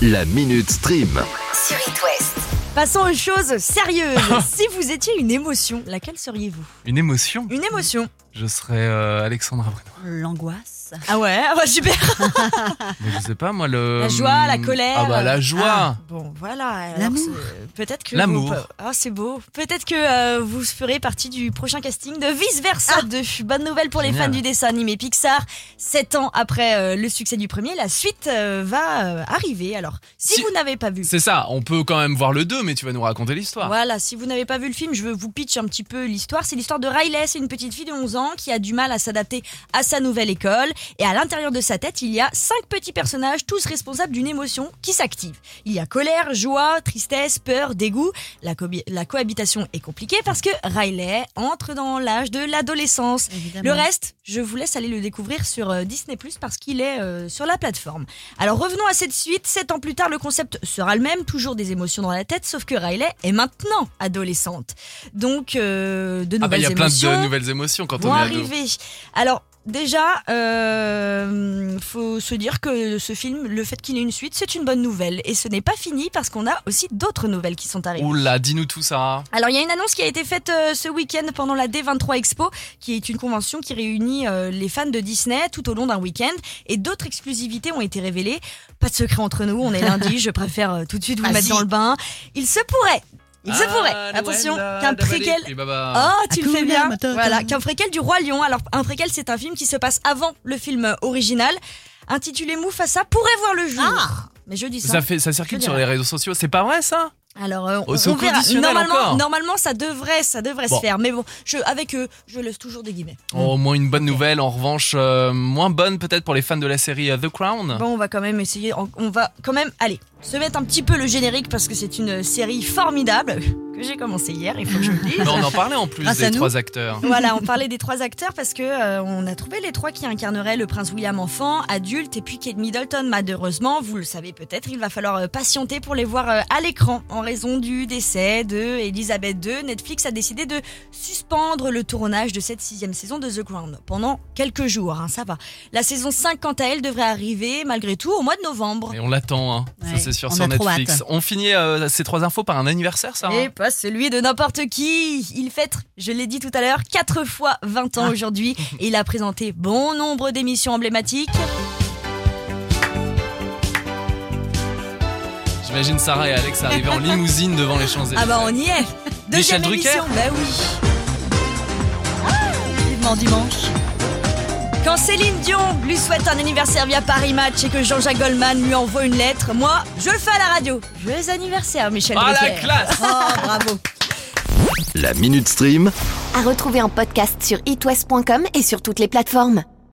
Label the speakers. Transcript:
Speaker 1: La Minute Stream.
Speaker 2: sur It West.
Speaker 3: Passons aux choses sérieuses. si vous étiez une émotion, laquelle seriez-vous
Speaker 4: Une émotion
Speaker 3: Une émotion
Speaker 4: Je serais euh, Alexandre Abrenois.
Speaker 5: L'angoisse.
Speaker 3: Ah ouais, ah bah super
Speaker 4: Mais je sais pas, moi, le.
Speaker 3: La joie, la colère.
Speaker 4: Euh, Ah bah, la joie
Speaker 3: Ah, Bon, voilà. alors
Speaker 5: L'amour.
Speaker 3: c'est- Peut-être que.
Speaker 4: L'amour.
Speaker 3: vous- Ah, c'est beau. Peut-être que euh, vous ferez partie du prochain casting de Vice Versa 2. Bonne nouvelle pour les
Speaker 4: Ah. Génial.
Speaker 3: fans du dessin animé Pixar. Sept ans après euh, le succès du premier, la suite euh, va euh, arriver. Alors, si,
Speaker 4: Si-
Speaker 3: vous n'avez pas vu.
Speaker 4: C'est ça, on peut quand même voir le 2, mais tu vas nous raconter l'histoire.
Speaker 3: Voilà, si vous n'avez pas vu le film, je veux vous pitch un petit peu l'histoire. C'est l'histoire de Riley, c'est une petite fille de 11 ans qui a du mal à s'adapter à sa nouvelle école. Et à l'intérieur de sa tête, il y a cinq petits personnages, tous responsables d'une émotion qui s'active. Il y a colère, joie, tristesse, peur, dégoût. La, cobi- la cohabitation est compliquée parce que Riley entre dans l'âge de l'adolescence.
Speaker 5: Évidemment.
Speaker 3: Le reste, je vous laisse aller le découvrir sur euh, Disney Plus parce qu'il est euh, sur la plateforme. Alors revenons à cette suite. Sept ans plus tard, le concept sera le même, toujours des émotions dans la tête, sauf que Riley est maintenant adolescente. Donc euh, de
Speaker 4: Ah bah,
Speaker 3: nouvelles
Speaker 4: il y a plein
Speaker 3: émotions
Speaker 4: de nouvelles émotions quand
Speaker 3: vont
Speaker 4: on est ado.
Speaker 3: arriver. Alors déjà, euh, faut se dire que ce film, le fait qu'il ait une suite, c'est une bonne nouvelle et ce n'est pas fini parce qu'on a aussi d'autres nouvelles qui sont arrivées.
Speaker 4: Oula, dis-nous tout, Sarah.
Speaker 3: Alors il y a une annonce qui a été faite euh, ce week-end pendant la D23 Expo, qui est une convention qui réunit euh, les fans de Disney tout au long d'un week-end, et d'autres exclusivités ont été révélées. Pas de secret entre nous, on est lundi, je préfère euh, tout de suite vous
Speaker 5: Ah,
Speaker 3: mettre
Speaker 5: si. Ah,
Speaker 3: dans le bain. Il se pourrait, il se pourrait, attention,
Speaker 5: euh,
Speaker 3: qu'un préquel...
Speaker 4: Et bah bah.
Speaker 3: Oh, tu le
Speaker 5: Hakuna
Speaker 3: fais bien.
Speaker 5: Matata.
Speaker 3: Voilà, qu'un préquel du Roi Lion. Alors, un préquel, c'est un film qui se passe avant le film euh, original, intitulé Mufasa, pourrait voir le jour.
Speaker 5: Ah.
Speaker 3: Mais je dis ça.
Speaker 4: Ça, fait, ça circule
Speaker 3: Je
Speaker 4: sur les
Speaker 3: dirais.
Speaker 4: réseaux sociaux, c'est pas vrai ça
Speaker 3: Alors, euh,
Speaker 4: Au
Speaker 3: on,
Speaker 4: sous
Speaker 3: on verra.
Speaker 4: conditionnel
Speaker 3: Normalement,
Speaker 4: encore.
Speaker 3: normalement, ça devrait, ça devrait
Speaker 4: Bon.
Speaker 3: se faire. Mais bon, je, avec eux, je laisse toujours des guillemets.
Speaker 4: Oh, Au moins une bonne
Speaker 3: Mm. Ok.
Speaker 4: nouvelle, en revanche, euh, moins bonne peut-être pour les fans de la série euh, The Crown.
Speaker 3: Bon, on va quand même essayer. On, on va quand même, allez, se mettre un petit peu le générique parce que c'est une série formidable que j'ai commencé hier. Il faut que je le dise.
Speaker 4: Mais on en parlait en plus
Speaker 5: Grâce à
Speaker 4: des
Speaker 5: nous.
Speaker 4: trois acteurs.
Speaker 3: Voilà, on parlait des trois acteurs parce que euh, on a trouvé les trois qui incarneraient le prince William enfant, adulte et puis Kate Middleton. Malheureusement, vous le savez peut-être, il va falloir euh, patienter pour les voir euh, à l'écran en raison du décès de Elisabeth II. Netflix a décidé de suspendre le tournage de cette sixième saison de The Crown pendant quelques jours. hein, ça va. La saison 5, quant à elle, devrait arriver malgré tout au mois de novembre.
Speaker 4: Et on l'attend, hein. ça
Speaker 5: Ouais,
Speaker 4: c'est sûr,
Speaker 5: on
Speaker 4: sur
Speaker 5: a trop
Speaker 4: Netflix. On finit euh, ces trois infos par un anniversaire, hein Sarah.
Speaker 3: Et Eh, pas celui de n'importe qui. Il fête, je l'ai dit tout à l'heure, 4 fois 20
Speaker 4: Ah.
Speaker 3: ans aujourd'hui. Et il a présenté bon nombre d'émissions emblématiques.
Speaker 4: J'imagine Sarah et Alex arriver en limousine devant les Champs-Élysées.
Speaker 3: Ah bah on y est. Deuxième
Speaker 4: Michel Drucker.
Speaker 3: émission. Bah oui. Ah,
Speaker 5: Vivement dimanche.
Speaker 3: Quand Céline Dion lui souhaite un anniversaire via Paris Match et que Jean-Jacques Goldman lui envoie une lettre, moi, je le fais à la radio. Joyeux anniversaire, Michel
Speaker 4: Ah, la
Speaker 3: Drucker.
Speaker 4: classe
Speaker 3: Oh, bravo.
Speaker 1: La Minute Stream.
Speaker 2: À retrouver en podcast sur itwest.com et sur toutes les plateformes.